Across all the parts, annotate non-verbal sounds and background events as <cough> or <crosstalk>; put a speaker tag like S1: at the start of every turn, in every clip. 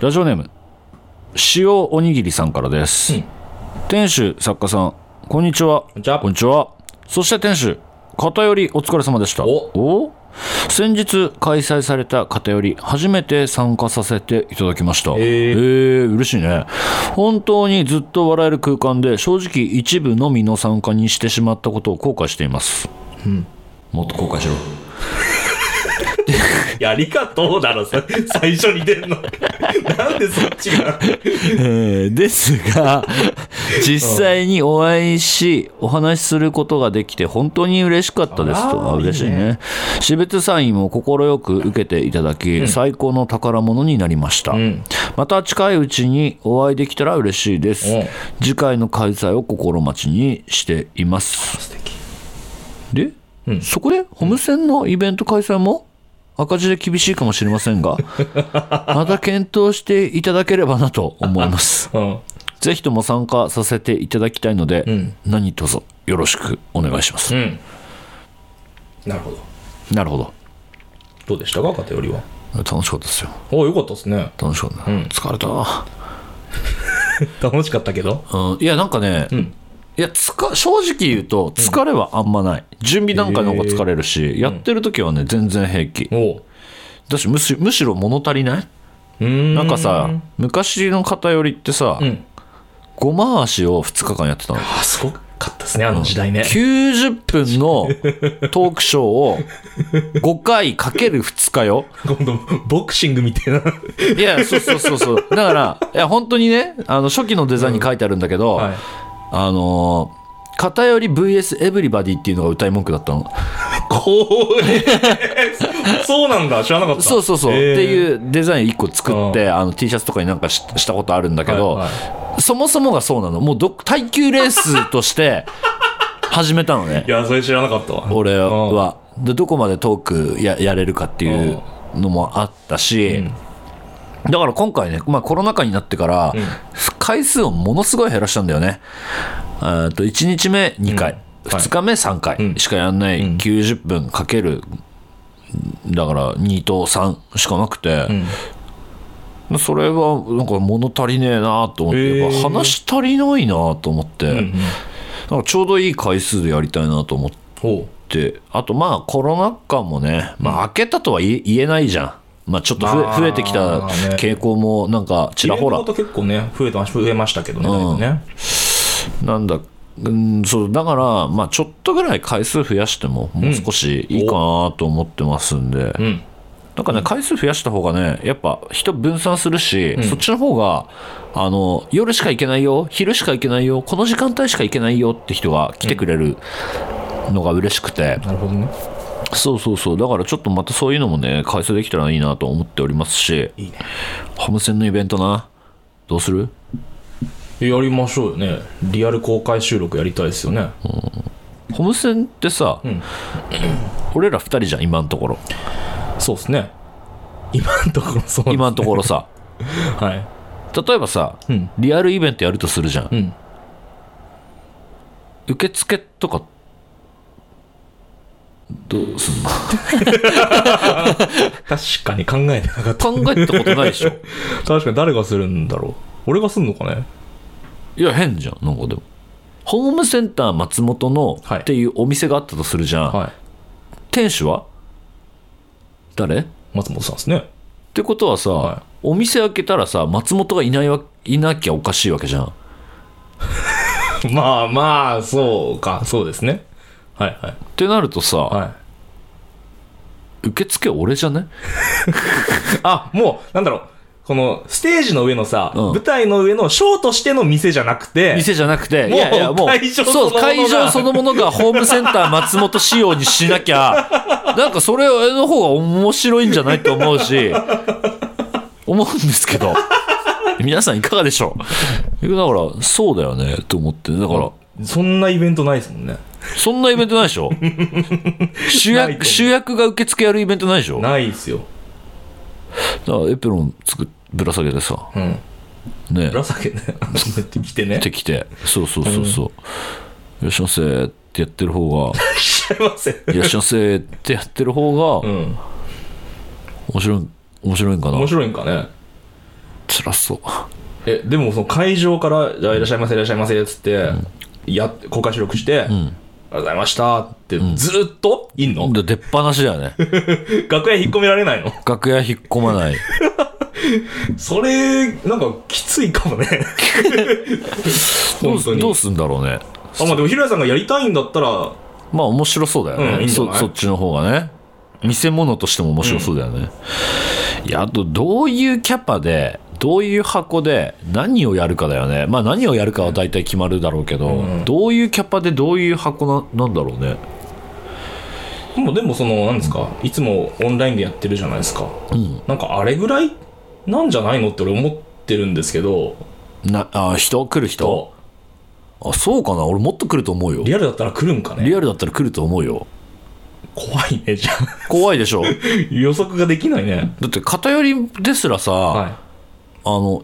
S1: ラジオネーム塩おにぎりさんからです、
S2: うん
S1: 店主作家さんこんにちは
S2: こんにちは
S1: こんにちはそして店主偏りお疲れ様でした
S2: お
S1: 先日開催された偏り初めて参加させていただきました
S2: へー
S1: え嬉しいね本当にずっと笑える空間で正直一部のみの参加にしてしまったことを後悔しています、もっと後悔しろ
S2: いや、ありがとうだろ、さ最初に出 <laughs> るの。なんでそっちが。
S1: えーです
S2: <laughs>
S1: が実際にお会いしお話しすることができて本当に嬉しかったですと
S2: あー
S1: あ嬉しいね
S2: いい
S1: 私別サインも快く受けていただき、最高の宝物になりました、
S2: ん
S1: また近いうちにお会いできたら嬉しいです
S2: おう
S1: 次回の開催を心待ちにしています
S2: 素敵。
S1: で、そこでホームセンのイベント開催も赤字で厳しいかもしれません
S2: <laughs>
S1: がまた検討していただければなと思います
S2: うん。
S1: ぜひとも参加させていただきたいので、
S2: ん
S1: 何卒よろしくお願いします。
S2: うん。なるほど。
S1: なるほど。
S2: どうでしたか、片寄りは。
S1: 楽しかったですよ。
S2: およかったですね。
S1: 楽しかった。
S2: うん
S1: 疲れた、
S2: 楽しかったけど。
S1: うん。いや、なんかね、
S2: ん
S1: いやつか、正直言うと、疲れはあんまない。準備段階の方が疲れるし、やってる時はね、全然平気。
S2: おう。
S1: だしむし、むしろ物足りない
S2: うん。
S1: なんかさ、昔の偏りってさ、
S2: うん。
S1: ごま足を2日間やってたの。
S2: あ、すごかったですね、あの時代ね。
S1: 90分のトークショーを5回かける2日よ。
S2: 今度、ボクシングみたいな。
S1: いや、そうそうそうそう。だから、いや、本当にね、あの、初期のデザインに書いてあるんだけど、
S2: はい
S1: あのー偏り VS エブリバディっていうのが歌い文句だったの。
S2: こう、そうなんだ、知らなかった。
S1: そうそうそう。
S2: へー
S1: っていうデザイン1個作って、あの T シャツとかになんかししたことあるんだけど、
S2: はい
S1: そもそもがそうなの。もうど、耐久レースとして始めたのね
S2: い。や、それ知らなかったわ。
S1: 俺は、でどこまでトークややれるかっていうのもあったし、だから今回ね、まあ、コロナ禍になってから、回数をものすごい減らしたんだよね。あーと1日目2回、
S2: はい
S1: 2日目3回しかやんない90分かける、だから2と3しかなくて、それはなんか物足りねえなと思って、
S2: へー
S1: やっぱ話足りないなと思って、
S2: うん。
S1: なんかちょうどいい回数でやりたいなと思って。
S2: おう。
S1: ってあとまあコロナ禍もね、まあ、明けたとは言え言えないじゃん、まあ、ちょっと増え,、
S2: まあ
S1: 増えてきた傾向もなんかちらほら
S2: イベントごと結構ね、増えてまし増えましたけどね、だいぶね。
S1: なんだうんそうだから、まあ、ちょっとぐらい回数増やしてももう少しいいかなと思ってますんで、
S2: うん。
S1: なんかね回数増やした方がねやっぱ人分散するし、そっちの方があの夜しか行けないよ昼しか行けないよこの時間帯しか行けないよって人が来てくれるのが嬉しくて、
S2: なるほどね。
S1: そうそうそうだからちょっとまたそういうのもね開催できたらいいなと思っておりますし
S2: いいね。
S1: ハム戦のイベントなどうする
S2: やりましょうよね。リアル公開収録やりたいですよね。
S1: ホム戦ってさ、俺ら2人じゃん今のところ
S2: そうですね。今のところそう。
S1: 今のところさ
S2: はい。
S1: 例えばさ、
S2: ん
S1: リアルイベントやるとするじゃん、
S2: ん
S1: 受付とかどうすんの
S2: 確かに考えてなかった。
S1: 考えたことないで
S2: <laughs>
S1: しょ
S2: 確かに誰がするんだろう。俺がすんのかね
S1: いや変じゃんなんかでもホームセンター松本の
S2: はい
S1: っていうお店があったとするじゃん、
S2: は
S1: 店主は誰
S2: い。松本さんですね。
S1: ってことはさ、
S2: はい
S1: お店開けたらさ松本がいないわいなきゃおかしいわけじゃん
S2: まあまあ、そうか。そうですね。はいはい。
S1: ってなるとさ、
S2: はい。
S1: 受付俺じゃね
S2: あ、もう、なんだろう。この、ステージの上のさ、
S1: うん
S2: 舞台の上のショーとしての店じゃなくて、
S1: 店じゃなくて
S2: もう
S1: いやいやもう
S2: 会場
S1: そう
S2: そのものが
S1: 会場そのものがホームセンター松本仕様にしなき
S2: <laughs>
S1: ゃなんかそれの方が面白いんじゃないと思うし思うんですけど皆さんいかがでしょ
S2: <laughs>
S1: うだからそうだよねと思ってだから、
S2: そんなイベントないですもんね。
S1: そんなイベントないで
S2: <laughs>
S1: しょ主
S2: ない
S1: 役
S2: と思う
S1: 主役が受付やるイベントないでしょ
S2: ないですよ。
S1: だからエプロンつくぶら下げてさ
S2: うん。
S1: ね
S2: ぶら下げ <laughs> ね、集めてきてね
S1: っ。てきてそうそうそうそう「いらっしゃいませ」ってやってる方
S2: <laughs>
S1: が
S2: しちゃいません。
S1: 「いらっしゃいませ」ってやってる方
S2: う
S1: が
S2: ん。
S1: 面白い面白いんかな
S2: 面白いんかね。
S1: つらそう
S2: えでもその会場から「じゃあいらっしゃいませいらっしゃいませ」っつって、や公開収録して、ありがとうございました」ってずーっといんの、
S1: で出っ放しだよね
S2: 楽屋引っ込められないの
S1: 楽屋引っ込まない
S2: <laughs> それなんかきついかもね
S1: ど
S2: 本当
S1: う
S2: に
S1: どうすんだろうね
S2: あまあでもひろやさんがやりたいんだったら
S1: まあ面白そうだよね、
S2: うんいいんじゃな
S1: そ
S2: い
S1: そっちの方がね見せ物としても面白そうだよね、いやあとどういうキャパでどういう箱で何をやるかだよねまあ何をやるかは大体決まるだろうけど、どういうキャパでどういう箱ななんだろうね
S2: もうでもそのなんですかいつもオンラインでやってるじゃないですか、なんかあれぐらいなんじゃないのって俺思ってるんですけど
S1: なあ人来る人
S2: と
S1: あそうかな俺もっと来ると思うよ
S2: リアルだったら来るんかね
S1: リアルだったら来ると思うよ
S2: 怖いねじゃあ <laughs>
S1: 怖いでしょだ
S2: 予測ができないね
S1: って偏りですらさ、
S2: は
S1: あの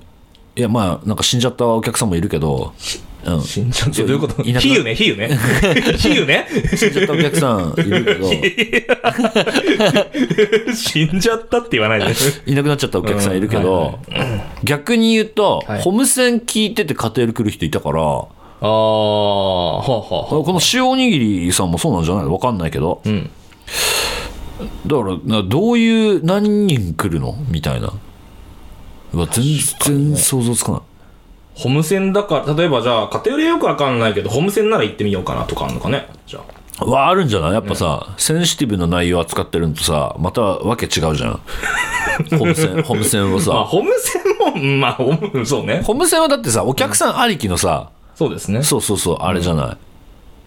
S1: いやまあなんか死んじゃったお客さんもいるけど、うん、
S2: い死んじゃってどういうこと
S1: いなくな
S2: 比喩ね比喩 <laughs> ね比喩ね
S1: 死んじゃったお客さんいるけど、
S2: <laughs> 死んじゃったって言わ <laughs> ないで
S1: いなくなっちゃったお客さんいるけど、逆に言うと、
S2: はい
S1: ホームセン聞いてて家庭に来る人いたから、
S2: ああはあはあ
S1: この塩おにぎりさんもそうなんじゃないのわかんないけど、
S2: ん
S1: だから、などういう、何人来るのみたいな。うわ全然想像つかない。
S2: ホームセンだから例えばじゃあ家庭よりよくわかんないけどホームセンなら行ってみようかなとかあるのかねじゃあ
S1: わあるんじゃないやっぱさ、センシティブな内容扱ってるのとさまたわけ違うじゃんホームセンホームセン <laughs> を
S2: まあ
S1: さ
S2: ホームセンもうんまあホームそうね
S1: ホームセンはだってさお客さんありきのさ、
S2: そうですね
S1: そうそうそうあれじゃない、だっ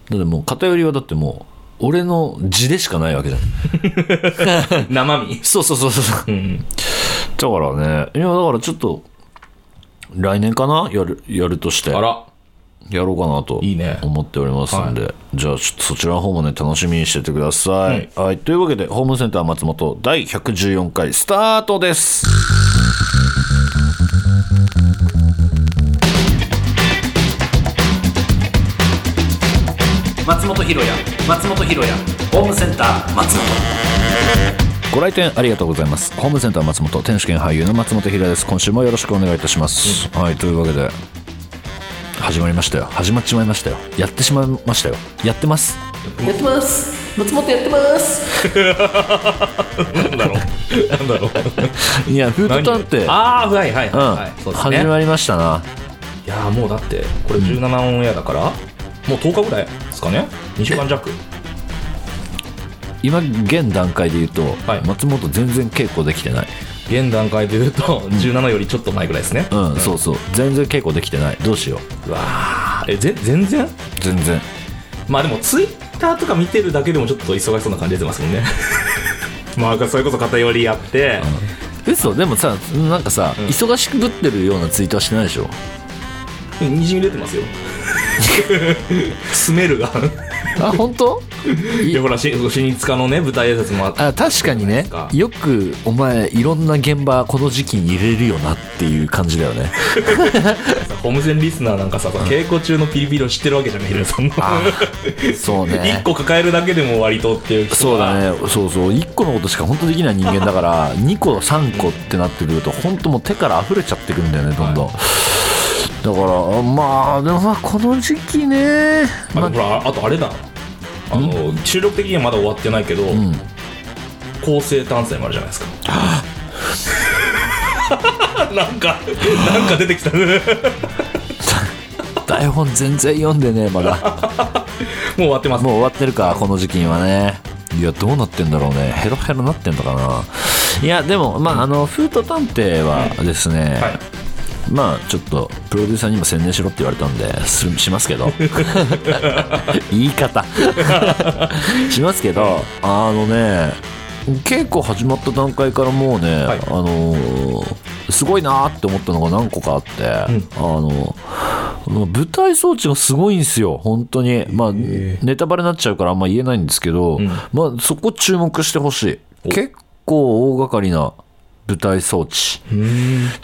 S1: てもう偏りはだってもう俺の字でしかないわけじゃん
S2: 生身
S1: そうそうそうそう、
S2: ん
S1: だからねいやだからちょっと来年かなやるやるとして
S2: あら
S1: やろうかなと
S2: いいね
S1: 思っておりますんでじゃあちょっとそちらの方もね楽しみにしててください、はい、というわけでホームセンター松本第114回スタートです松本ひろや松本ひろやホームセンター松本ご来店ありがとうございますホームセンター松本天主兼俳優の松本ひろです今週もよろしくお願いいたします、はいというわけで始まりましたよ始まっちまいましたよやってしまいましたよやって
S2: <laughs>
S1: ます
S3: やってます松本やってます
S2: なんだろうなんだろう
S1: いやフード探偵
S2: ああはいはいはい、
S1: うん、
S2: はいそうですね
S1: 始まりましたない
S2: やーもうだってこれ17オンエアだから、もう10日ぐらいですかね2週間弱
S1: 今現段階で言うと、
S2: はい
S1: 松本全然稽古できてない
S2: 現段階で言うと17よりちょっと前ぐらいですね、
S1: うん、そうそう全然稽古できてないどうしよう
S2: うわあえぜ全然
S1: 全然
S2: まあでもツイッターとか見てるだけでもちょっと忙しそうな感じ出てますもん
S1: <laughs>
S2: ねまあそれこそ偏りやって、
S1: 嘘でもさなんかさ、忙しくぶってるようなツイートはしてないで
S2: <laughs>
S1: しょ
S2: にじみ出てますよスメルが
S1: あ本当
S2: いやほらし新日課のね舞台挨拶もあって
S1: あ確かにね
S2: か
S1: よくお前いろんな現場この時期に入れるよなっていう感じだよ
S2: <laughs>
S1: ね
S2: ホームセンリスナーなんかさ、稽古中のピリピリを知ってるわけじゃないヒロさんも
S1: そう
S2: <laughs> 一個抱えるだけでも割とっていう
S1: そうだねそうそう1個のことしか本当できない人間だから <laughs> 2個3個ってなってくると本当もう手から溢れちゃってくんだよねどんどん、だからまあでもまあこの時期ね、
S2: あ
S1: ま
S2: とほらあとあれだあの収録的にはまだ終わってないけど、構成単線もあるじゃないですか <laughs> なんかなんか出て <laughs> きたも
S1: あ台本全然読んでねまだ
S2: う終わってます
S1: もう終わってるかこの時期にはねいやどうなってんだろうねヘロヘロなってんのかないやでもまああのフート探偵はですね、
S2: はい
S1: まあちょっとプロデューサーにも宣伝しろって言われたんですしますけど言い
S2: <laughs>
S1: 方しますけどあのね稽古始まった段階からもうね、
S2: はい
S1: あのーすごいなーって思ったのが何個かあって、あの舞台装置がすごいんですよ本当にまあネタバレになっちゃうからあんま言えないんですけど、まあそこ注目してほしい結構大掛かりな舞台装置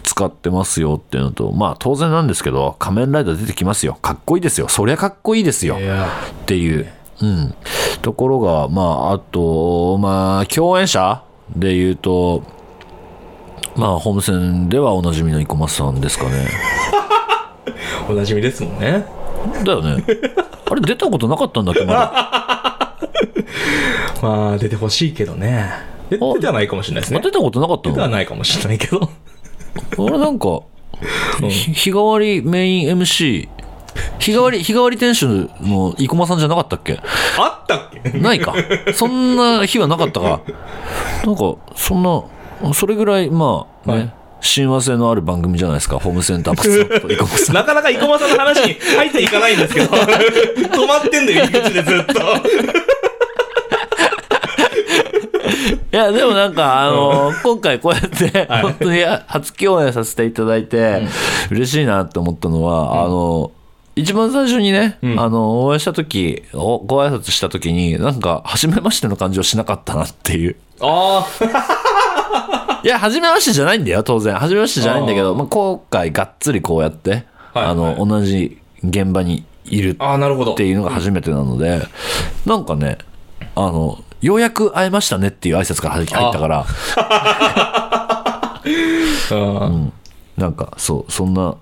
S1: 使ってますよっていうのとまあ当然なんですけど仮面ライダー出てきますよかっこいいですよそりゃかっこいいですよ
S2: いや
S1: っていう、うん、ところがまああとまあ共演者で言うとまあ、ホームセンではおなじみの生駒さんですかね。
S2: おなじみですもんね。
S1: だよね。あれ、出たことなかったんだっけ、まだ。
S2: まあ、出てほしいけどね。で出てはないかもしれないです
S1: あ
S2: ね。
S1: <laughs> 出たことなかった
S2: 出ては
S1: の
S2: ないかもしれないけど。 <laughs>
S1: あれ、なんか、
S2: うん
S1: ひ日替わりメイン MC、日替わり、日替わり店主の生駒さんじゃなかったっけ
S2: あったっけ
S1: ないか。そんな日はなかったか。なんか、そんな、それぐらい、まあ、ね、
S2: はい
S1: 親和性のある番組じゃないですか、ホームセンター松本と生駒さん。
S2: なかなか生駒さんの話に入っていかないん <laughs> ですけど、止まってんだよ、入り口でずっと。
S1: いや、でもなんか、あの今回こうやって、
S2: はい
S1: 本当に初共演させていただいて、嬉しいなって思ったのは、あの一番最初にね、
S2: ん
S1: あの、応援した時、おご挨拶した時に、なんか、初めましての感じをしなかったなって
S2: <laughs>
S1: いう。
S2: あ
S1: いや、初めましてじゃないんだよ、当然。初めましてじゃないんだけど、
S2: あー
S1: まあ、今回がっつりこうやって、
S2: はい
S1: あの、
S2: は
S1: 同じ現場にいる
S2: あ、ああ、なるほど。
S1: っていうのが初めてなので、なんかね、あの、ようやく会えましたねっていう挨拶から入ったから、
S2: うん
S1: なんか、そう、そんな、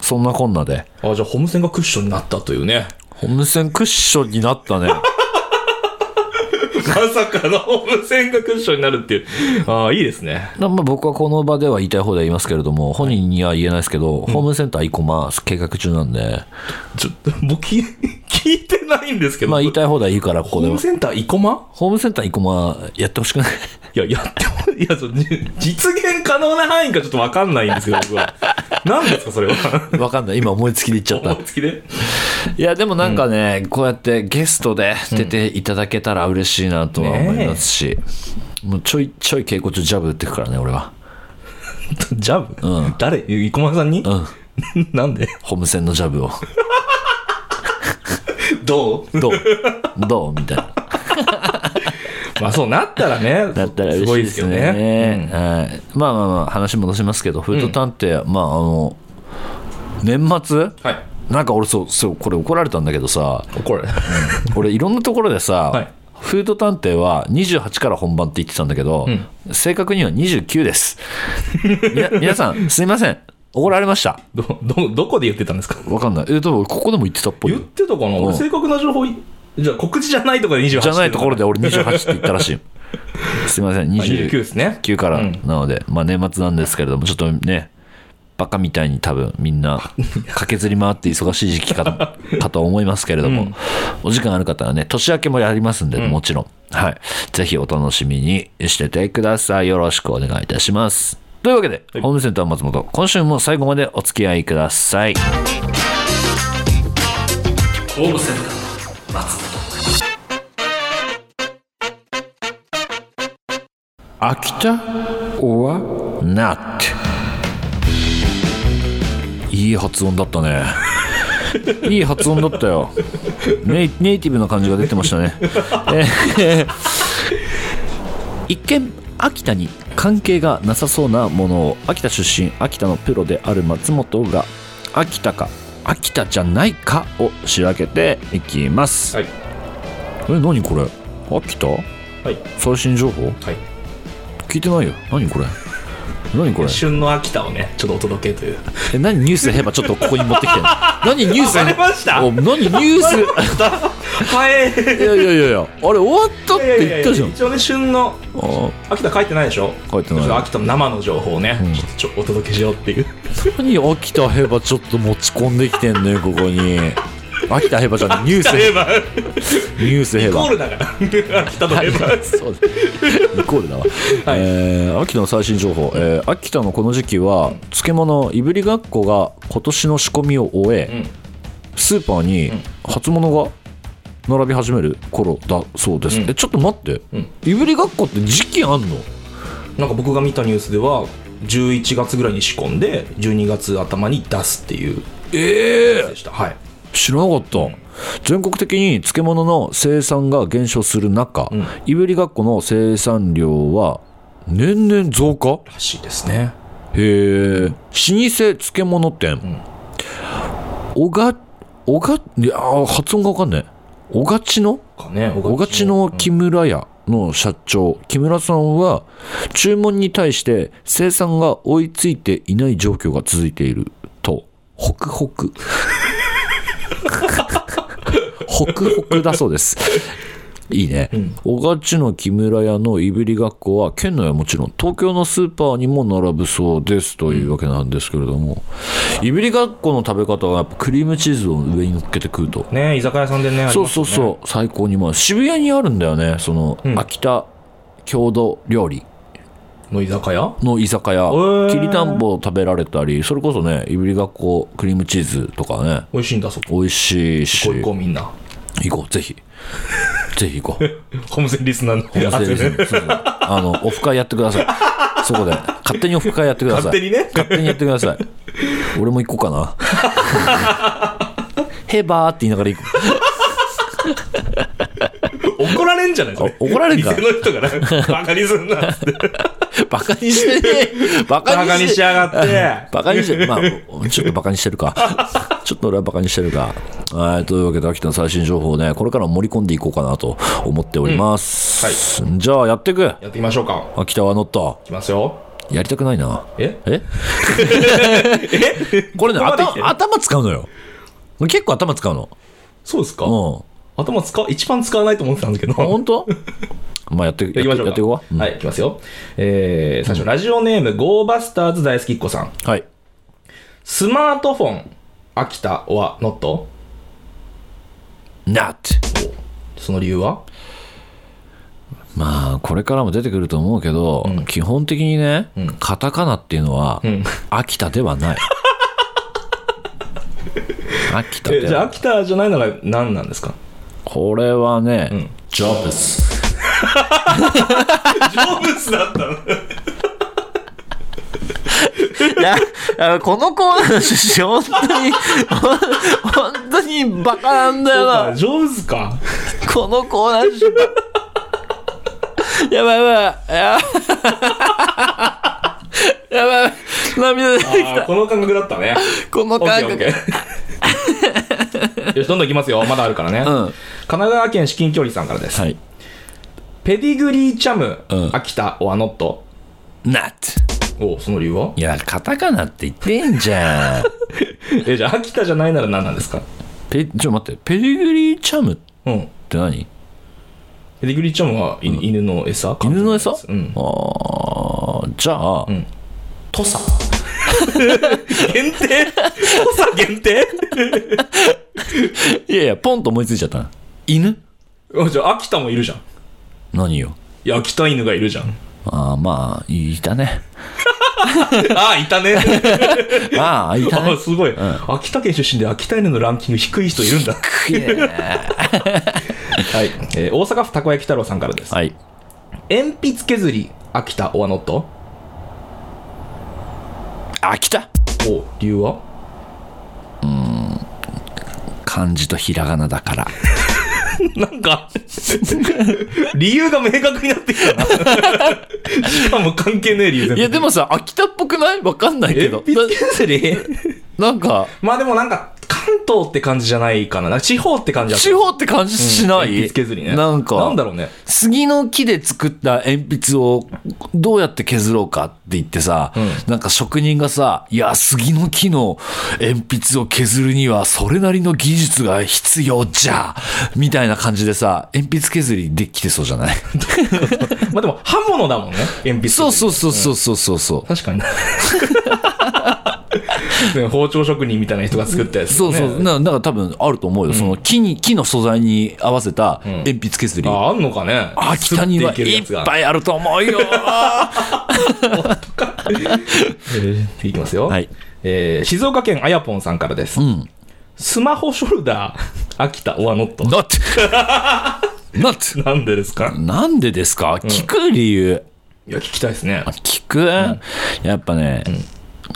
S1: そんなこんなで、
S2: あ、じゃあ、ホームセンがクッションになったというね。
S1: ホームセンクッションになったね。
S2: まさかのホームセンがクッションになるっていう。ああ、いいですね。
S1: な <laughs> まあ、僕はこの場では言いたい放題言いますけれども、本人には言えないですけど、ホームセンターイコマ計画中なんで、
S2: ちょっと、僕聞い、聞いてないんですけど。
S1: まあ言いたい放題言うから、こ
S2: ホ
S1: こで
S2: ー
S1: は
S2: ム。センター生駒
S1: ホームセンターイコマやってほしくない
S2: いや、やっても、いや、そうじ実現可能な範囲かちょっとわかんないんですけど、僕は。何ですか、それは。
S1: <laughs> わかんない。今思いつきで言っちゃった
S2: <laughs> 思い。つきで。
S1: <laughs> いや、でもなんかね、こうやってゲストで出ていただけたら嬉しいなとは思いますし、もうちょいちょい稽古中ジャブ打ってくからね、俺は。
S2: ジャブ、
S1: うん
S2: 誰生駒さんに、
S1: うん。
S2: <laughs> なんで
S1: ホームセンのジャブを。
S2: どう
S1: どう <laughs> どうみたいな。
S2: <laughs> まあそうなったらね。
S1: だったら嬉しいですよね。
S2: ごいですよね。
S1: はい。まあまあまあ、話戻しますけど、フード探偵、まああの、年末
S2: はい。
S1: なんか俺そう、そう、これ怒られたんだけどさ、
S2: 怒る。
S1: 俺いろんなところでさ、
S2: <laughs> はい
S1: フード探偵は28から本番って言ってたんだけど、正確には29です。 <laughs> みな皆さん、すいません。怒られました。
S2: ど、ど、どこで言ってたんですか
S1: わかんない。え、多分ここでも言ってたっぽい
S2: 言っ
S1: よ。
S2: てたかな、
S1: うん
S2: 俺正確な情報い、じゃあ告知じゃないところで28。
S1: じゃないところで。俺28って言ったら
S2: <laughs>
S1: しい。すいません、
S2: あ29
S1: 29
S2: ですね。
S1: から
S2: うん
S1: なので、まあ年末なんですけれども、ちょっとね、バカみたいに多分みんな駆けずり回って忙しい時期か <laughs> かと思いますけれども、お時間ある方はね、年明けもやりますんで、もちろん。はい。ぜひお楽しみにしててください。よろしくお願いいたします。というわけで、ホームセンター松本、今週も最後までお付き合いください。
S2: ホームセンター
S1: 秋田 or not いい発音だった
S2: <laughs>
S1: ねいい発音だったよネイネイティブな感じが出てましたね、えー一見秋田に関係がなさそうなものを秋田出身秋田のプロである松本が秋田か秋田じゃないかを仕分けていきます、
S2: はい。
S1: え何これ秋田
S2: はい。
S1: 最新情報
S2: はい。
S1: 聞いてないよ何これ何これ
S2: 旬の秋田をね、ちょっとお届けという。
S1: え何ニュースヘばちょっとここに持ってきて
S2: <laughs>
S1: んの何ニュース
S2: わかりました
S1: お何ニュ
S2: <laughs>
S1: ース
S2: はい。
S1: いやいやいやいやあれ終わったって言ったじゃん
S2: 一応ね、旬の
S1: あ
S2: 秋田書いてないでしょ
S1: 書いてない
S2: ちょっと秋田の生の情報をね、
S1: ん
S2: ちょっとちょお届けしよう <laughs> っていう。
S1: ー何秋田ヘばちょっと持ち込んできてんのよここに秋田ヘばじゃんニュースヘ
S2: ば、
S1: ニュースヘ
S2: ゴー
S1: ば
S2: ルだから。 <laughs> 秋田の
S1: は
S2: ヘ
S1: い
S2: <laughs> バ。
S1: そうですイコールだわ、えー秋田の最新情報、えー秋田のこの時期は漬物いぶりがっこが今年の仕込みを終え、
S2: うん
S1: スーパーに初物が並び始める頃だそうです、
S2: うん
S1: えちょっと待って、
S2: うん
S1: いぶりがっこって時期あんの
S2: なんか僕が見たニュースでは11月ぐらいに仕込んで12月頭に出すっていう
S1: ええ
S2: でしたはい
S1: 知らなかった、全国的に漬物の生産が減少する中、
S2: ん
S1: いぶりがっこの生産量は年々増加
S2: らしいですね
S1: へえ老舗漬物店、おがおがいやー発音が分かんないおがちの
S2: かね
S1: おがちの木村屋の社長、木村さんは、注文に対して生産が追いついていない状況が続いていると、ホクホク。 <laughs> ホクホクだそうです。いいね。小勝の木村屋のいぶりがっこは、県内はもちろん、東京のスーパーにも並ぶそうですというわけなんですけれども、いぶりがっこの食べ方は、やっぱクリームチーズを上に乗っけて食うと。
S2: ね居酒屋さんでね、
S1: そうそう
S2: う。
S1: そう、最高にうまい。渋谷にあるんだよね、その、
S2: ん
S1: 秋田郷土料理
S2: の居酒屋
S1: の居酒屋
S2: ー。
S1: きりたんぽを食べられたり、それこそね、いぶりがっこクリームチーズとかね、
S2: 美味しいんだ、そこ。
S1: 美味しいし、
S2: こう行こう、みんな。
S1: 行こう、ぜ
S2: <laughs>
S1: ひ。ぜひ行こう。
S2: ホームセンリスナーの
S1: ホームセンリスナーそうそうあの、オフ会やってください。そこで。勝手にオフ会やってください。
S2: 勝手にね
S1: 勝手にやってください。俺も行こうか
S2: <laughs>
S1: な。ヘバーって言いながら行く。
S2: 怒られんじゃないそれ
S1: あ怒られるか
S2: 店の人がな、バカにすんなっつって。
S1: バカにしてねえ。バカ
S2: バ
S1: に
S2: カに
S1: し
S2: してやがって。
S1: <laughs> バカにして、まあ、ちょっとバカにしてるか。 <laughs> ちょっと俺はバカにしてるか。はい、というわけで、秋田の最新情報をね、これからも盛り込んでいこうかなと思っております。じゃあ、やっていく
S2: やってみましょうか。
S1: 秋田はノット。
S2: いきますよ。
S1: やりたくないな。
S2: え
S1: え <laughs> これね、
S2: ここまで来て
S1: 頭、頭使うのよ。結構頭使うの。
S2: そうですか
S1: う
S2: 頭使う、一番使わないと思ってたんですけど。 <laughs>
S1: ん。本当 <laughs> まあ、やって、やって
S2: やりましょうか。
S1: やっていこうか。
S2: はい、いきますよ。えー、最初、ラジオネーム、ゴーバスターズ大好きっ子さん。
S1: うんはい。
S2: スマートフォン、秋田はノット
S1: not.
S2: その理由は
S1: まあ、これからも出てくると思うけど、基本的にね、カタカナっていうのは、
S2: ん
S1: 秋田ではない。秋田
S2: え
S1: で
S2: じゃあ、
S1: は
S2: 秋田じゃないなら何なんですか
S1: これはね、ジョブ
S2: <laughs>
S1: ス。
S2: ジョブスだったの
S1: このコーナーの趣旨、本当に、本当にバカなんだよな。
S2: ジョブズか。
S1: このコーナー失敗。やばいやばい。やばい。やばい。涙出てき
S2: あーこの感覚だったね。
S1: た。この
S2: オッケ
S1: 感
S2: ーオッ
S1: 覚。
S2: ケー。よし、どんどんいきますよ。まだあるからね。
S1: うん
S2: 神奈川県至近距離さんからです。
S1: はい。
S2: ペディグリーチャム、
S1: うん
S2: 秋田はノット。
S1: not.
S2: おその理由はい
S1: や、カタカナって言ってんじゃ
S2: <laughs>
S1: ん。
S2: え、じゃあ、秋田じゃないなら何なんですか
S1: ペ、ちょ、待って。ペディグリーチャムっ
S2: うん。
S1: て何
S2: ペディグリーチャムは、い犬の餌か
S1: 犬の餌
S2: うん。
S1: あーじゃあ、
S2: ん土佐。限定土佐限定
S1: いやいや、ポンと思いついちゃったな。犬
S2: あじゃあ、秋田もいるじゃん。い
S1: 何よ。
S2: や、秋田犬がいるじ
S1: <laughs>
S2: ゃん。
S1: あーまあ、いたね。
S2: <laughs> ああ、いたね。
S1: ああ、いた
S2: あ
S1: ね
S2: あ、。すごい、秋田県出身で秋田犬のランキング低い人いるんだ。
S1: くいね
S2: <laughs> はい、えー大阪府たこ焼き太郎さんからです。
S1: はい。
S2: 鉛筆削り、秋田オアノット
S1: あ、来た
S2: お、理由
S1: <laughs>
S2: は
S1: 漢字とひらがなだから。
S2: なんか、 <laughs> 理由が明確になってきたな。しかも関係ねえ理由全
S1: い
S2: 部
S1: やでもさ、秋田っぽくないわかんないけど。
S2: 鉛筆削り
S1: ななんか、
S2: まあでもなんか、関東って感じじゃないかな。なんか地方って感じだった
S1: 地方って感じしない、
S2: 鉛筆削りね。
S1: なんか、
S2: なんだろうね。
S1: 杉の木で作った鉛筆をどうやって削ろうかって言ってさ、なんか職人がさ、いや、杉の木の鉛筆を削るにはそれなりの技術が必要じゃみたいな感じでさ、鉛筆削りできてそうじゃない
S2: まあでも、刃物だもんね。鉛筆。
S1: そうそうそうそうそうそうそう。
S2: 確かに。 <laughs> ね包丁職人みたいな人が作ったやつ、ね。
S1: そうそう。な、なんか多分あると思うよ。その木に、木の素材に合わせた鉛筆削り。
S2: あ、あんのかね。
S1: 秋田にはい
S2: スッていける
S1: い
S2: やつが
S1: っぱいあると思うよ。
S2: えーいきますよ。
S1: はい
S2: えー静岡県あやぽんさんからです。
S1: ん
S2: スマホショルダー、秋田、オアノット。
S1: not! not!
S2: なんでですか
S1: なんでですか聞く理由。
S2: いや、聞きたいですね。
S1: 聞く、やっぱね、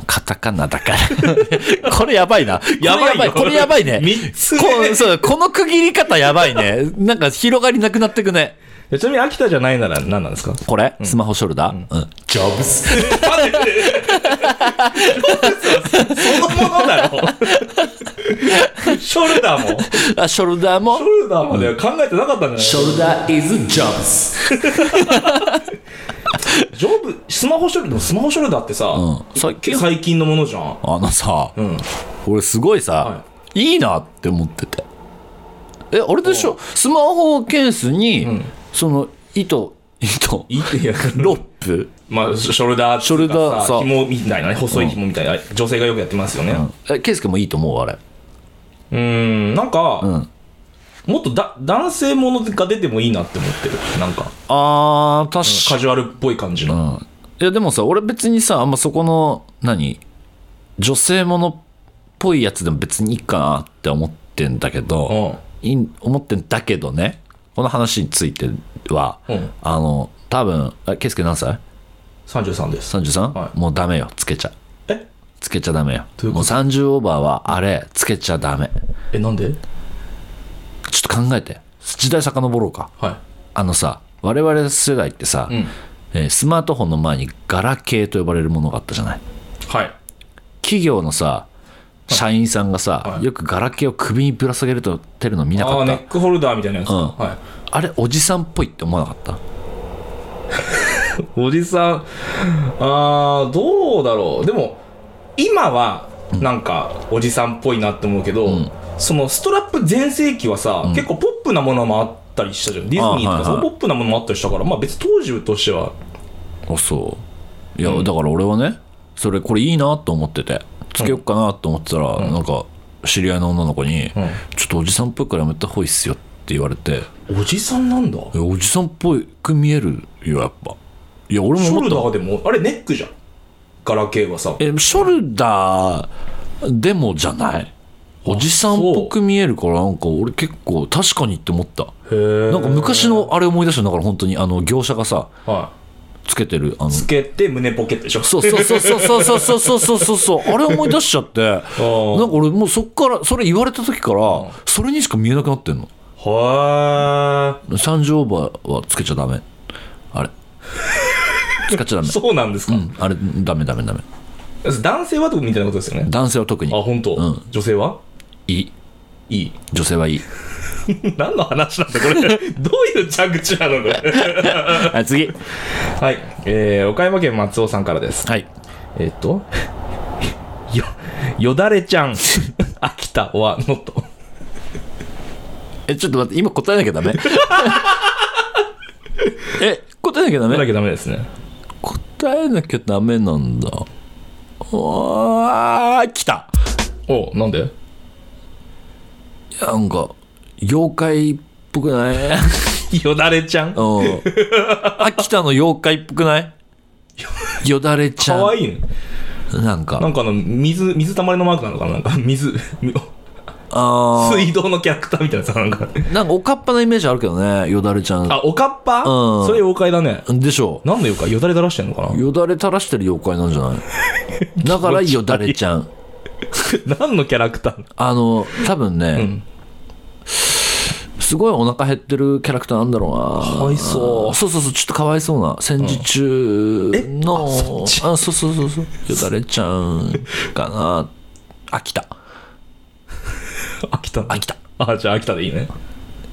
S1: カタカナだから。これやばいな。
S2: やばいよ
S1: これやばいね。
S2: 三つ目
S1: こうそうこの区切り方やばいね。なんか広がりなくなってくね。
S2: えちなみに秋田じゃないなら何なんですか
S1: これ、スマホショルダー、うん、ジョブス。 <laughs>
S2: そのものだろシショルダーも。シ
S1: あショルダーも
S2: ョルダーまでは考えてなかったんじゃない
S1: ショルダー is jobs
S2: ジョブ、スマホショルダー、でもスマホショルダーってさ、
S1: うんさっき
S2: 最近のものじゃん。
S1: あのさ
S2: うん。
S1: 俺すごいさ、、
S2: はい
S1: いなって思っててえあれでしょスマホケースに、
S2: ん
S1: その糸糸
S2: いいってや
S1: ロップ
S2: まあ、ショルダーってい
S1: ショル
S2: うか
S1: ダーさ
S2: 紐みたいなね、細い紐みたいな、女性がよくやってますよね。
S1: えケースケもいいと思うあれ
S2: うーん、なんか、
S1: ん
S2: もっとだ男性ものが出てもいいなって思ってる。なんか、
S1: あー確
S2: カジュアルっぽい感じの。
S1: かに、いやでもさ俺別にさあんまそこの何女性ものっぽいやつでも別にいいかなって思ってんだけど、
S2: うん。
S1: いい思ってんだけどねこの話については、
S2: うん
S1: あの多分あケイスケ何歳
S2: 33です。
S1: 33、
S2: は
S1: もうダメよつけちゃ
S2: え
S1: つけちゃダメよ
S2: どういう
S1: も
S2: こ
S1: う30オーバーはあれつけちゃダメ
S2: え、なん
S1: ち
S2: で
S1: ょっと考えて時代遡ろうか
S2: は
S1: あのさ我々世代ってさ、
S2: い。うん。
S1: えースマートフォンの前にガラケーと呼ばれるものがあったじゃない
S2: はい。
S1: 企業のさ社員さんがさ、
S2: はい
S1: よくガラケーを首にぶら下げるとてるの見な
S2: あ
S1: か
S2: あ、
S1: った
S2: ネックホルダーみたいなやつ。
S1: うん
S2: は
S1: あれおじさんっぽいって思わなかった
S2: い。おじさん、あー、どうだろう。でも、今は、なんか、おじさんっぽいなって思うけど、そのストラップ全盛期はさ、結構ポップなものもあったりしたじゃん。ディズニーと
S1: あーはいは
S2: か
S1: い
S2: そのポップなものもあったりしたから、まあ別に当時としては、
S1: あそういや、だから俺はねそれこれいいなと思っててつけようかなと思ってたら、なんか知り合いの女の子に、ちょっとおじさんっぽいからやめた方がいいっすよ」って言われて
S2: おじさんなんだ。
S1: 「えおじさんっぽく見えるよやっぱ」いや俺
S2: シ
S1: も思
S2: ョル
S1: った
S2: ダーでも、あれネックじゃん。ガラケーはさ。
S1: えショルダーでもじゃないおじさんっぽく見えるからなんか俺結構確かにって思った
S2: へ
S1: なんか昔のあれ思い出しただから本当にあの業者がさ
S2: は
S1: つけてるあの
S2: い。つけて胸ポケット
S1: <laughs>
S2: でしょ。
S1: そうそうそうそうそうそうそうそうそうそうあれ思い出しちゃってなんか俺もうそっからそれ言われた時からそれにしか見えなくなってんの
S2: は
S1: 30オーバーはつけちゃダメあれ使っちゃダメ
S2: い。そうなんですか。
S1: うんあれダメダメダメ
S2: 男性はとみたいなことですよね。
S1: 男性は特に
S2: あ、本当。
S1: うん
S2: 女性はい
S1: い
S2: いい。
S1: 女性はいい
S2: 何の話なん
S1: <laughs>
S2: だこれ。どういう着地なのこれ。
S1: はい次
S2: はい。えー、岡山県松尾さんからです。
S1: はい
S2: えっ、と、 <laughs> よ、よだれちゃん、 <laughs> 秋田は、のと。
S1: えちょっと待って今答えなきゃ
S2: <laughs>
S1: ダメえ答えなきゃダ
S2: それだ
S1: メ
S2: けダメですね。
S1: 答えなきゃダメなんだあー来た
S2: おうなんで
S1: なんか妖怪っぽく
S2: <laughs>
S1: ない
S2: よだれちゃん。か
S1: うん秋田の妖怪っぽくないよだれちゃん
S2: わいいね。
S1: なんか
S2: なんかあの、水、水たまりのマークなのかななんか、 <laughs> 水、み
S1: あ
S2: 水道のキャラクターみたいなさ、なんか。
S1: ーなんかおかっぱなイメージあるけどねよだれちゃん
S2: あ、おかっぱ
S1: うん
S2: それ妖怪だね。
S1: でしょ
S2: なんで妖怪よだれ垂らしてんのか
S1: よだれ垂らしてる妖怪なんじゃないだからよだれちゃん
S2: <laughs> な何のキャラクター <laughs>
S1: あの多分ね、
S2: ん
S1: すごいお腹減ってるキャラクターなんだろうな
S2: かわいそう
S1: そうそうそうちょっとかわいそうな戦時中の、あそうそうそうそうよだれちゃんかな飽きた
S2: 飽きた。
S1: 飽きた
S2: あ、じゃあ飽きたでいいね。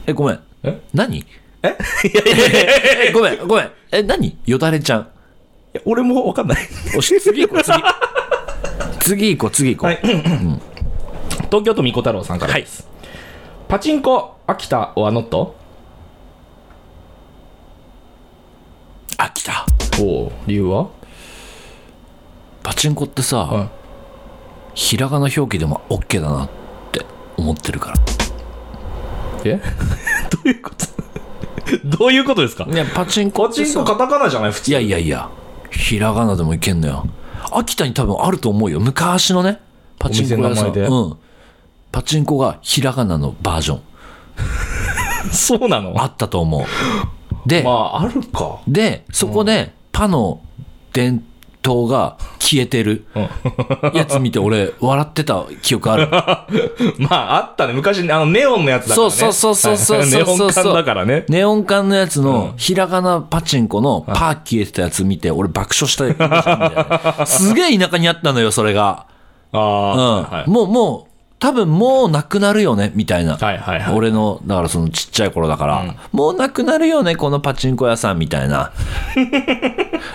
S1: えごめん
S2: え
S1: 何えごめんごめんえ何よだれちゃん
S2: いや俺もわかんない。
S1: おし次行こう次次行こう次行こう、
S2: はい東京都みこ太郎さんからです。パチンコ、秋田はノット
S1: 飽きた
S2: おう理由は
S1: パチンコってさ、
S2: はい
S1: ひらがな表記でも OK だなって思ってるから
S2: え <laughs> どういうこと <laughs> どういうことですか
S1: いや、パチンコ
S2: パ
S1: って
S2: チン
S1: さ
S2: コカタカナじゃない普
S1: い
S2: 通。
S1: やいやいや、ひらがなでもいけんのよ。秋田に多分あると思うよ。昔のね、パチンコ屋さ
S2: お
S1: ん。
S2: 店の名前で
S1: うん。パチンコがひらがなのバージョン。
S2: そうなの
S1: あったと思う。で、
S2: まあ、あるか。
S1: で、そこで、パの伝統が消えてるやつ見て、俺、笑ってた記憶ある。
S2: まあ、あったね。昔、あの、ネオンのやつだから
S1: そう
S2: ね。
S1: そうそうそうそう
S2: はい
S1: そう
S2: ネオ
S1: そう
S2: ン
S1: そう
S2: 缶だからね。
S1: ネオン管のやつの、ひらがなパチンコのパー消えてたやつ見て、俺爆笑したやつなんだよねすげえ田舎にあったのよ、それが。
S2: ああ、はいは
S1: うん。もう、もう、多分もうなくなるよねみたいな、
S2: はいはいはい
S1: 俺のだからそのちっちゃい頃だから、もうなくなるよねこのパチンコ屋さんみたいな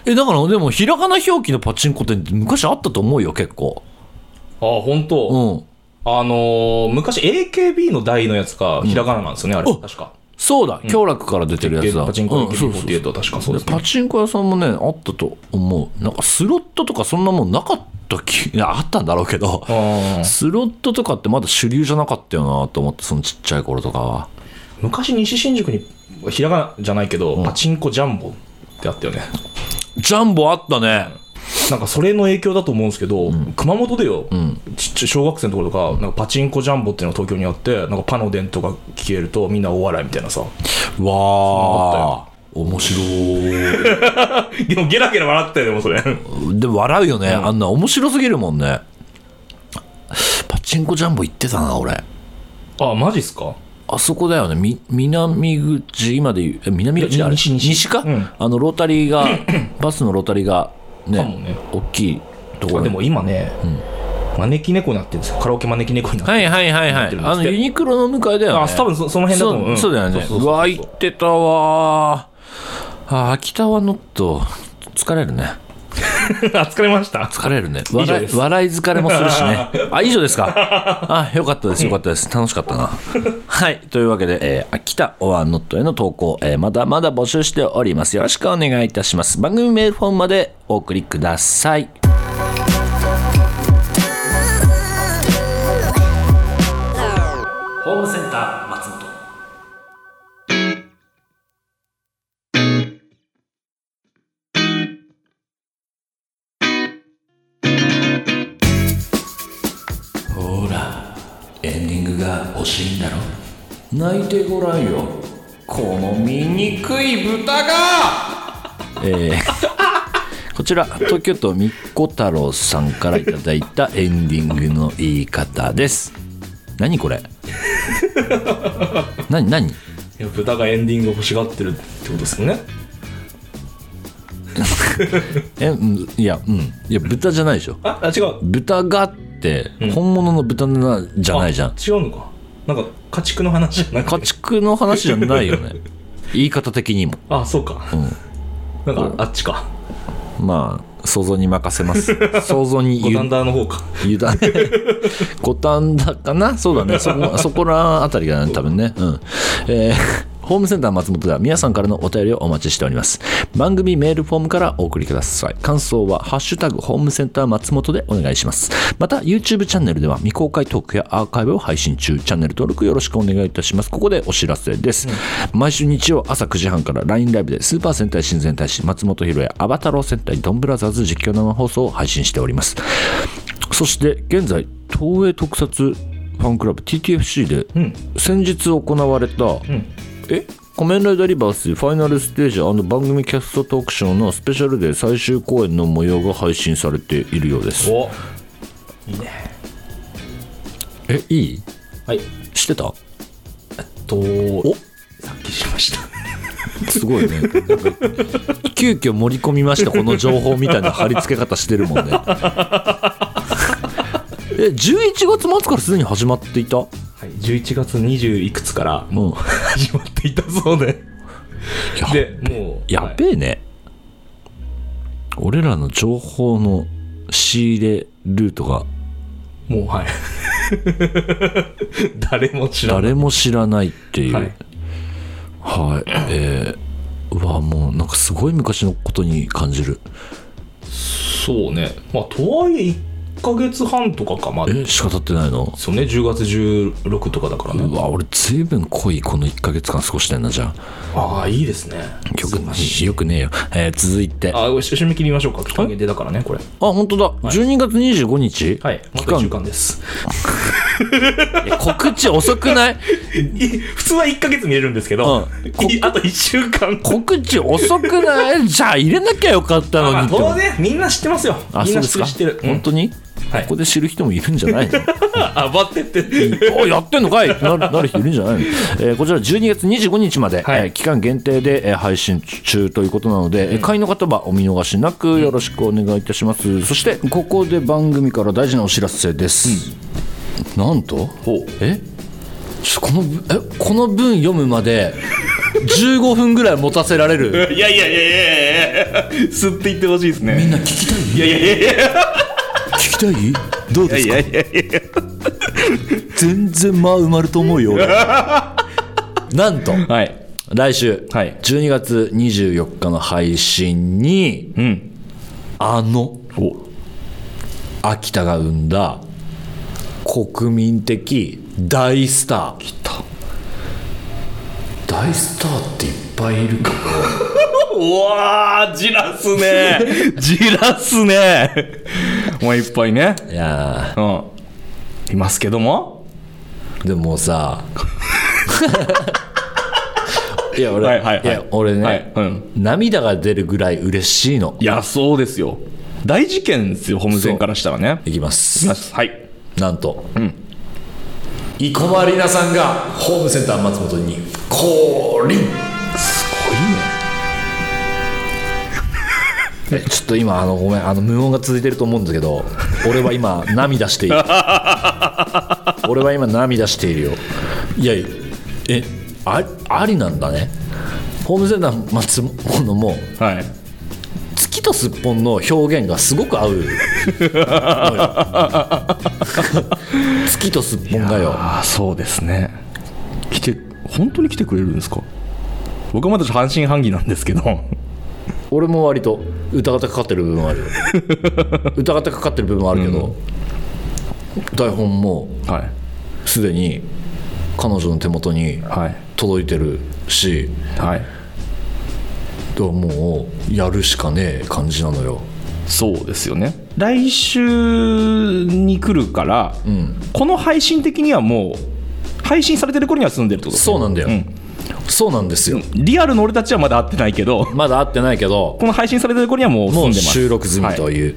S1: えだからでもひらがな表記のパチンコ店って昔あったと思うよ結構
S2: あ、本当。
S1: うん
S2: あのー、昔 AKB の台のやつか、ひらがななんですよね、あれ。
S1: お
S2: 確か。
S1: そうだ狂楽から出てるやつだ
S2: パチンコ
S1: うんそう
S2: AKB48 と確かそう
S1: で
S2: ですね。
S1: パチンコ屋さんもねあったと思うなんかスロットとかそんなもんなかったきいやあったんだろうけど
S2: あー
S1: スロットとかってまだ主流じゃなかったよなと思ってそのちっちゃい頃とかは
S2: 昔西新宿に、ひらがなじゃないけど、パチンコジャンボってあったよね。
S1: ジャンボあったね
S2: なんかそれの影響だと思うんですけど、熊本でよ、ちっちゃい小学生のところとか、なんかパチンコジャンボっていうのが東京にあって、なんかパの伝とか消えるとみんな大笑いみたいなさ。
S1: わあ面白い
S2: でもゲラゲラ笑ったよ、でもそれ。
S1: でも笑うよね、あんな面白すぎるもんねパチンコジャンボ行ってたな俺
S2: あ、マジっすか
S1: あそこだよねみ南口今で言うえ南口あれ
S2: 西西
S1: か、
S2: うん
S1: あのロータリー
S2: <clears throat>
S1: がバスのロータリーがね
S2: かもね
S1: 大きいとこ
S2: あ
S1: ろ
S2: でも今ね、招き猫になってるんですよ。カラオケ招き猫になってる。
S1: はいはいはいはい
S2: ってるんで
S1: あ
S2: す
S1: の
S2: って
S1: ユニクロの向かいだよね
S2: あ多分そその辺だと思ううん
S1: そうそうだよね
S2: そうそうそうそう
S1: うわ行ってたわーあ秋田はノット疲れるね
S2: あ、疲れました。
S1: 疲れるね
S2: 以上
S1: 笑
S2: で
S1: い
S2: す
S1: 笑い疲れもするしねあ以上ですかあよかったですよかったです楽しかったなはいというわけで、えー秋田オアノットへの投稿、えーまだまだ募集しておりますよろしくお願いいたします番組メールフォームまでお送りくださいホームセンター松本ほらエンディングが欲しいんだろ泣いてごらんよこの醜い豚が <laughs> えーこちら東京都みっこ太郎さんからいただいたエンディングの言い方です何 <laughs> これ何何
S2: いや豚がエンディングを欲しがってるってことですよね。
S1: えうんいやうんいや豚じゃないでしょ
S2: あ、あ違う。
S1: 豚がって本物の豚なじゃないじゃん、
S2: 違うのか。なんか、家畜の話じゃなく
S1: 家
S2: て。
S1: 畜の話じゃないよね言い方的にも
S2: あ、そうか。なんか、あっちか。
S1: まあ想像に任せます想像に
S2: 五
S1: ゆ
S2: 反田の方か。
S1: 委ね <laughs> 五反田かなそうだねそこそこらあたりが、ね、多分ねうんえーホームセンター松本では皆さんからのお便りをお待ちしております。番組メールフォームからお送りください。感想はハッシュタグホームセンター松本でお願いします。また YouTube チャンネルでは未公開トークやアーカイブを配信中。チャンネル登録よろしくお願いいたします。ここでお知らせです。毎週日曜朝9時半から LINE ライブでスーパー戦隊新戦隊士松本博也アバタロー戦隊ドンブラザーズ実況生放送を配信しております。そして現在東映特撮ファンクラブ TTFC で
S2: うん。
S1: 先日行われた、
S2: ん
S1: え仮面ライダーリバースファイナルステージ番組キャストトークショーのスペシャルで最終公演の模様が配信されているようです
S2: おいいね。
S1: えいい
S2: はい。
S1: 知ってた
S2: と、おさっきしました。
S1: すごいね <laughs> なんか急遽盛り込みましたこの情報みたいな貼り付け方してるもん <laughs> ねえ11月末からすでに始まっていた
S2: はい、11月20いくつからもう始まっていたそうで。
S1: や
S2: で、もう、
S1: やっべえね、俺らの情報の仕入れルートが
S2: はいもう、はい。 <laughs> 誰も知らない。
S1: 誰も知らないっていうは
S2: はいい、
S1: えー、うわもうなんかすごい昔のことに感じる
S2: そうね。まあ、とはいえ、1ヶ月半とかか、まあ、
S1: えしか経ってないの
S2: そうね、10月16とかだからね。
S1: うわ俺随分濃いこの1ヶ月間過ごしてんなじゃあ
S2: ああ、いいですね。
S1: 曲よくねえよ、えー続いてあ
S2: あ、締め切りましょうか。期間限定だからね、これ。
S1: 本当だ12月25日、
S2: はい。ま
S1: 期
S2: た1
S1: 間
S2: 週間です。
S1: いや告知遅くない
S2: 普通は1ヶ月見れるんですけど、
S1: うんこ
S2: いあと1週間。
S1: 告知遅くないじゃあ入れなきゃよかったの
S2: ま
S1: に
S2: あ、
S1: って思う
S2: 当然、みんな知ってますよ。
S1: あ
S2: みん
S1: そう
S2: な
S1: です
S2: 知
S1: か
S2: ってる。
S1: 本当に、
S2: はい
S1: ここで知る人もいるんじゃないの
S2: あ、バってって。
S1: <laughs> おやってんのか <laughs> いってなるなる人いるんじゃないの、えーこちら12月25日まで、
S2: はい
S1: えー期間限定で、えー配信中ということなので、えー会員の方はお見逃しなくよろしくお願いいたします、そしてここで番組から大事なお知らせです、なんとえちょこのえこの文読むまで15分ぐらい持たせられ <laughs> る
S2: いやいやいやいやいやいや吸っていってほしいですね。みんな聞きたいいやいやいやいや
S1: 聞きたいどうで
S2: い
S1: すか
S2: やいやいやいや
S1: 全然間埋まると思うよ俺
S2: <laughs>
S1: なんと
S2: はい。
S1: 来週、
S2: はい
S1: 12月24日の配信に
S2: うん。
S1: あの
S2: お
S1: 秋田が生んだ国民的大スター大スターっていっぱいい
S2: <laughs>
S1: るけど
S2: うわー、じらすね。じらすね。もういっぱいね。
S1: いや
S2: うん。いますけども。
S1: ーでも
S2: <laughs>
S1: さいや俺、
S2: はいはいはい
S1: や俺ね、
S2: はいうん
S1: 涙が出るぐらい嬉しいの
S2: いや、そうですよ。大事件ですよ、ホームセンからしたらね。
S1: いきます
S2: はい。
S1: なんと、生駒里奈さんがホームセンター松本に降臨 <laughs> すごいねちょっと今あのごめんあの無音が続いてると思うんですけど俺は今涙している俺は今涙しているよいやいやえあありなんだねホームセンター松本のもう
S2: はい。
S1: 月とすっぽんの表現がすごく合うのよ <laughs> 月とすっぽんがよ
S2: ああ、そうですね。来て、本当に来てくれるんですか僕はまだ半信半疑なんですけど。
S1: 俺も割と歌方かかってる部分はあるよ歌方かかってる部分はあるけど、台本も
S2: はい。
S1: すでに彼女の手元に
S2: はい。
S1: 届いてるし
S2: はい。
S1: でももうやるしかねえ感じなのよ
S2: そうですよね来週に来るから、
S1: ん
S2: この配信的にはもう配信されてる頃には済んでるってこと
S1: そうなんだよ、
S2: ん
S1: そうなんですよ、
S2: リアルの俺たちはまだ会ってないけど
S1: まだ会ってないけど
S2: この配信されてる頃にはもう
S1: も
S2: 済ん
S1: う
S2: でます
S1: 収録済みと
S2: はい
S1: いう、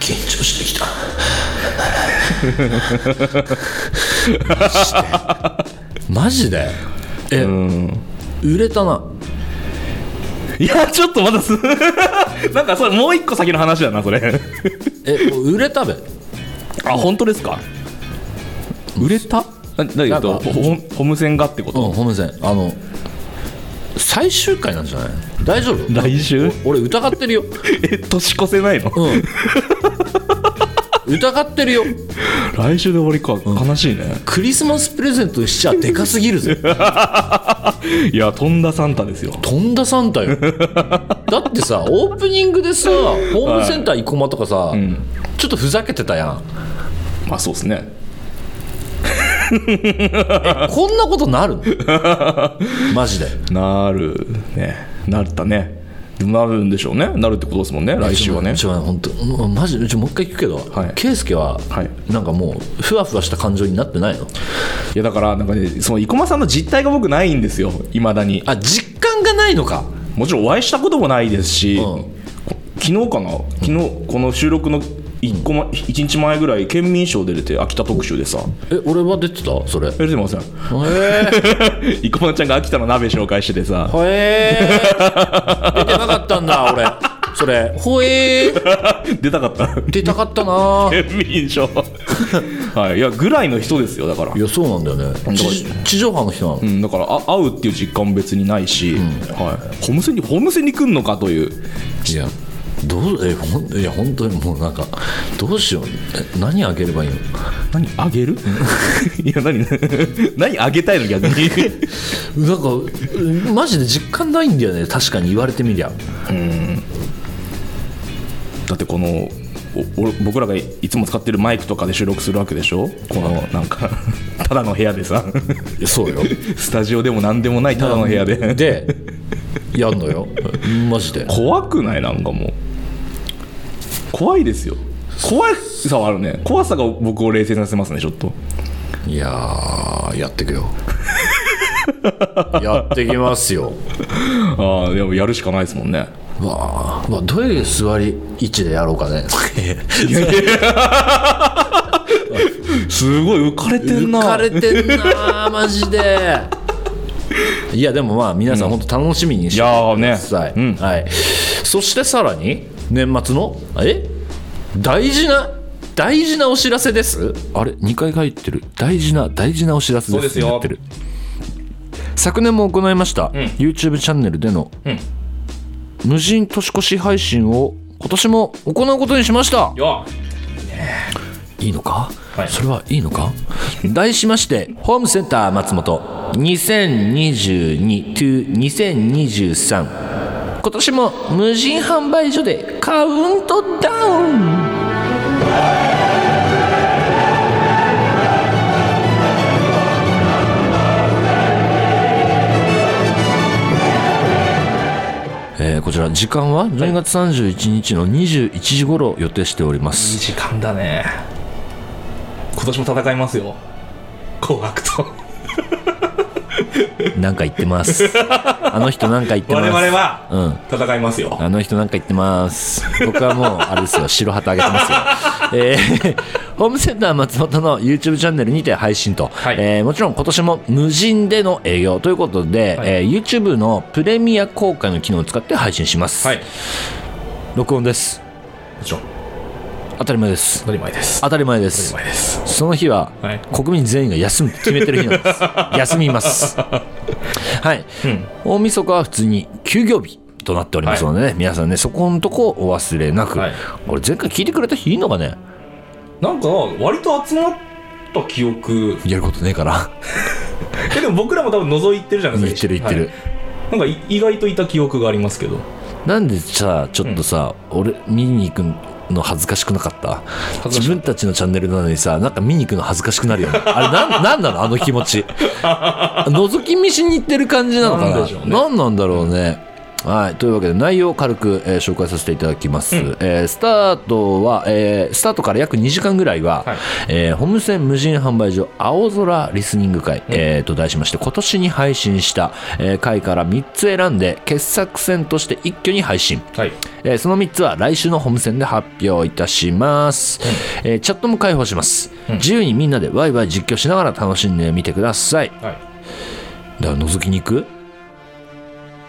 S1: 緊張してきた
S2: <laughs>
S1: マジでマジでえ、売れたない
S2: やちょっとまだす <laughs> なんかそれもう一個先の話だなそれ
S1: えもう売れたべ
S2: あ本当ですか売れたなだけど
S1: なんか
S2: ホホホームセンがってこ
S1: う
S2: と、
S1: んごめんなさいあの最終回なんじゃない大丈夫
S2: 来週
S1: 俺疑ってるよ
S2: え年越せないの、 <laughs>
S1: うん疑ってるよ
S2: 来週で終わりか、悲しいね
S1: クリスマスプレゼントしちゃでかすぎるぜ
S2: いやとんだサンタですよ
S1: とんだサン
S2: <laughs>
S1: タよだってさオープニングでさホームセンター生駒とかさ、
S2: ん
S1: ちょっとふざけてたやん
S2: まあそうですね
S1: こんなことなるの
S2: <laughs>
S1: マジで
S2: なるねなったねでもなるんでしょうねなるってことですもんね来週はね
S1: ちょ本当うんマジでちょもう一回聞くけど、
S2: はい
S1: 圭介は、
S2: はい
S1: なんかもうふわふわした感情になってないの
S2: いやだからなんかねその生駒さんの実態が僕ないんですよいまだに
S1: あ実感がないのか
S2: もちろんお会いしたこともないですし、
S1: うん
S2: こ昨日かな昨日この収録の1個、ま、一日前ぐらい県民賞出れて秋田特集でさ
S1: え俺は出てたそれへ
S2: 出てません
S1: え
S2: <laughs> 生駒ちゃんが秋田の鍋紹介しててさ
S1: ほえー <laughs> 出てなかったんだ俺それほえー
S2: <laughs> 出たかった
S1: 出たかったな
S2: 県民賞はいいやぐらいの人ですよだから
S1: いやそうなんだよね地地上波の人なの、
S2: うん、だからあ会うっていう実感も別にないし、はい、ホームセンにホームセンに来んのかという
S1: いやどうえほんいや本当にもうなんかどうしようえ何あげればいいの
S2: 何あげる <laughs> いや何何あげたいの逆に <laughs>
S1: なんかうんマジで実感ないんだよね確かに言われてみりゃ
S2: だってこのお俺僕らがいつも使ってるマイクとかで収録するわけでしょこのなんかただの部屋でさ <laughs>
S1: いやそうよ
S2: スタジオでも何でもないただの部屋で
S1: でやんのよマジで
S2: 怖くないなんかもう怖いですよ怖さはあるね怖さが僕を冷静にさせますねちょっと
S1: いやーやってくよやってきますよ
S2: ああでもやるしかないですもんね
S1: わあ、まあ、どういう座り位置でやろうか <laughs> ね
S2: すごい浮かれてんな
S1: 浮かれてんなーマジでいやでもまあ皆さん本当楽しみにして
S2: いやー
S1: く
S2: ね
S1: ださい、
S2: うん
S1: はい、そしてさらに年末のえ大事な大事なお知らせですあれ2回書いてる大事な大事なお知らせです
S2: そうですよ
S1: やってる昨年も行いました、YouTube チャンネルでの、
S2: うん
S1: 無人年越し配信を今年も行うことにしました
S2: よっ
S1: いいのか、
S2: はい
S1: それはいいのか題しましてホームセンター松本2022 to 2023今年も無人販売所でカウントダウンえーこちら時間は12月31日の21時頃予定しております
S2: いい時間だね今年も戦いますよ紅白と
S1: なんか言ってます。
S2: <laughs>
S1: あの人なんか言ってま
S2: 我
S1: す。
S2: 々
S1: う
S2: は
S1: ん
S2: 戦いますよ、
S1: あの人なんか言ってます。僕はもう、あれですよ、白旗あげてますよ。え
S2: <laughs>
S1: ーホームセンター松本の YouTube チャンネルにて配信と、
S2: はい
S1: えーもちろん今年も無人での営業ということで、
S2: はい
S1: えー YouTube のプレミア公開の機能を使って配信します、
S2: はい
S1: 録音です
S2: もちろん
S1: 当たり前です
S2: 当たり前です当
S1: 当たり前で
S2: たり
S1: す
S2: 前です
S1: その日は、
S2: はい
S1: 国民全員が休むと決めてる日なんです休み
S2: <laughs>
S1: ますはい、
S2: ん
S1: 大晦日は普通に休業日となっておりますのでね、皆さんねそこのとこお忘れなく、
S2: はい
S1: これ前回聞いてくれた人いいのかね
S2: なんか割と集まった記憶
S1: やることねえから
S2: えでも僕らも多分覗いてるじゃな
S1: <laughs>
S2: い
S1: 言
S2: で
S1: っ
S2: すか
S1: てる言ってる、
S2: はいなんかい意外といた記憶がありますけど
S1: なんでさちょっとさ、俺見に行くの恥ずかしくなかった
S2: ずかしかった
S1: 自分たちのチャンネルなのにさなんか見に行くの恥ずかしくなるよねあれなんなんなのあの気持
S2: <laughs>
S1: ち覗き見しに行ってる感じなのかな
S2: なん
S1: な
S2: でしょうね
S1: んなんだろうね、はい、というわけで内容を軽く、えー紹介させていただきます、えースタートは、えースタートから約2時間ぐらいは、
S2: はい
S1: えーホームセン無人販売所青空リスニング会、えーと題しまして今年に配信した、えー回から3つ選んで傑作選として一挙に配信、
S2: はい
S1: えーその3つは来週の本戦で発表いたします、えーチャットも開放します、自由にみんなでワイワイ実況しながら楽しんでみてください
S2: はい
S1: だから覗きに行く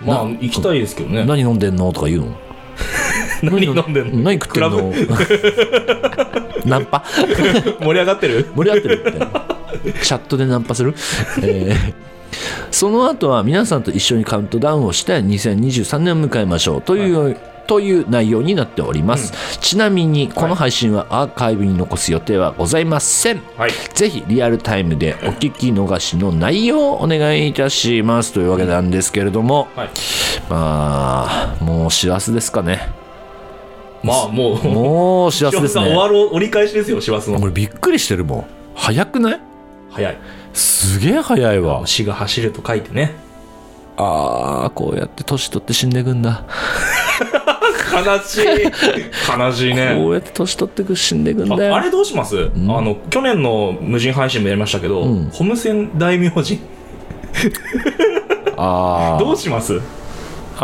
S2: まあ
S1: な
S2: 行きたいですけどね
S1: 何飲んでんのとか言うの
S2: <laughs> 何飲んでんの
S1: 何食ってん
S2: クラ
S1: の
S2: <laughs>
S1: ナンパ
S2: 盛り上がってる
S1: 盛り合ってるみたいなチャットでナンパ
S2: <laughs>
S1: する、えーその後は皆さんと一緒にカウントダウンをして2023年を迎えましょうという、という内容になっております、ちなみにこの配信はアーカイブに残す予定はございません、
S2: はい
S1: ぜひリアルタイムでお聞き逃しの内容をお願いいたしますというわけなんですけれども、
S2: はい
S1: まあもう師走ですかね
S2: まあもう
S1: もう師
S2: 師
S1: 走で
S2: 走
S1: す
S2: さん終
S1: ね
S2: わろう折り返しですよ師走の
S1: 俺びっくりしてるもん早くない
S2: 早い
S1: すげえ早いわ
S2: 牛が走ると書いてね
S1: ああこうやって年取って死んでいくんだ
S2: 悲しい悲しい
S1: こ
S2: ね
S1: うやって年取ってく死んでいくん
S2: あ
S1: だよ
S2: あれどうします、あの去年の無人配信もやりましたけど、
S1: うん
S2: ホームセン大名人
S1: あ
S2: どうします
S1: ー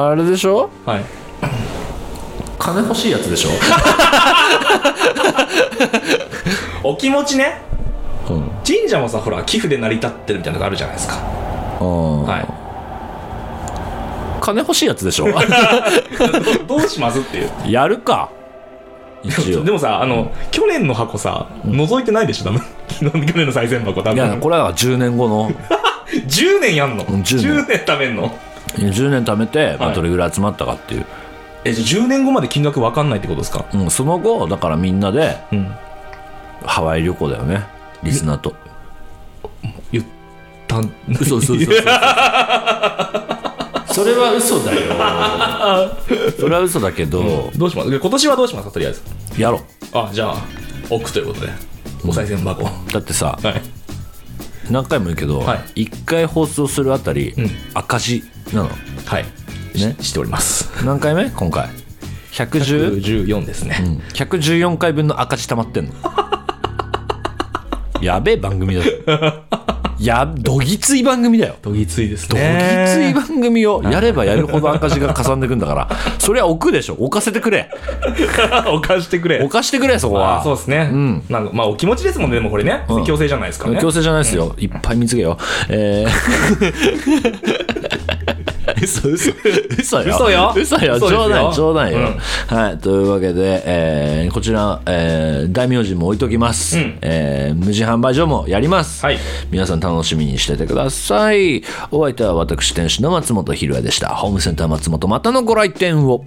S1: あれでしょ
S2: はい
S1: 金欲しいやつでしょ、
S2: お気持ちね
S1: うん
S2: 神社もさほら寄付で成り立ってるみたいなのがあるじゃないですか
S1: は、
S2: はい
S1: 金欲しいやつでし <laughs> ょ
S2: いどどうしますっていう
S1: やるか一応
S2: でもさあの、去年の箱さ覗いてないでしょ多分 <laughs> 去年の再銭箱多
S1: いや
S2: 分
S1: これは10年後の
S2: 10年やんの
S1: ん10年
S2: 貯めんの
S1: 10年貯めて、ま
S2: は
S1: あ、
S2: い
S1: どれぐらい集まったかっていう、
S2: えじゃあ10年後まで金額わかんないってことですか
S1: うん、その後だからみんなで
S2: うん
S1: ハワイ旅行だよねリスナーと
S2: 言ったん
S1: 嘘嘘嘘嘘 <laughs> それは嘘だよ
S2: <laughs>
S1: それは嘘だけど、
S2: <laughs> どうします今年はどうしますかとりあえず
S1: やろ
S2: あじゃあ置くということでお賽銭箱、は
S1: うだってさ
S2: い
S1: 何回も言うけど、
S2: はい
S1: 一1回放送するあたり、
S2: ん
S1: 赤字なの
S2: はい
S1: ね
S2: ししております
S1: 何回目今回 110?
S2: 14ですね、
S1: 114回分の赤字溜まってんの <laughs> やべえ番組だよ
S2: <laughs>
S1: やどぎつい番組だよ
S2: どぎついです
S1: どぎつい
S2: ね
S1: 番組をやればやるほど赤字がかさんでくんだから、そりゃ置くでしょ。置かせてくれ。
S2: <laughs> お貸してくれ
S1: 置かしてくれ、そこ
S2: あ
S1: は。
S2: ーそうですね、
S1: ん
S2: なんかまあお気持ちですもんねでもこれね、
S1: ん
S2: 強制じゃないですからね <laughs>
S1: 強制じゃないですよ。いっぱい見つけよう。えー嘘嘘嘘よ
S2: 嘘よ
S1: 嘘よ
S2: 嘘ですよ
S1: 冗談冗談よ、
S2: うん
S1: はいというわけで、えーこちら、えー大名人も置いときます、
S2: うん
S1: えー無人販売所もやります、
S2: はい
S1: 皆さん楽しみにしててくださいお相手は私店主の松本ひるやでしたホームセンター松本またのご来店を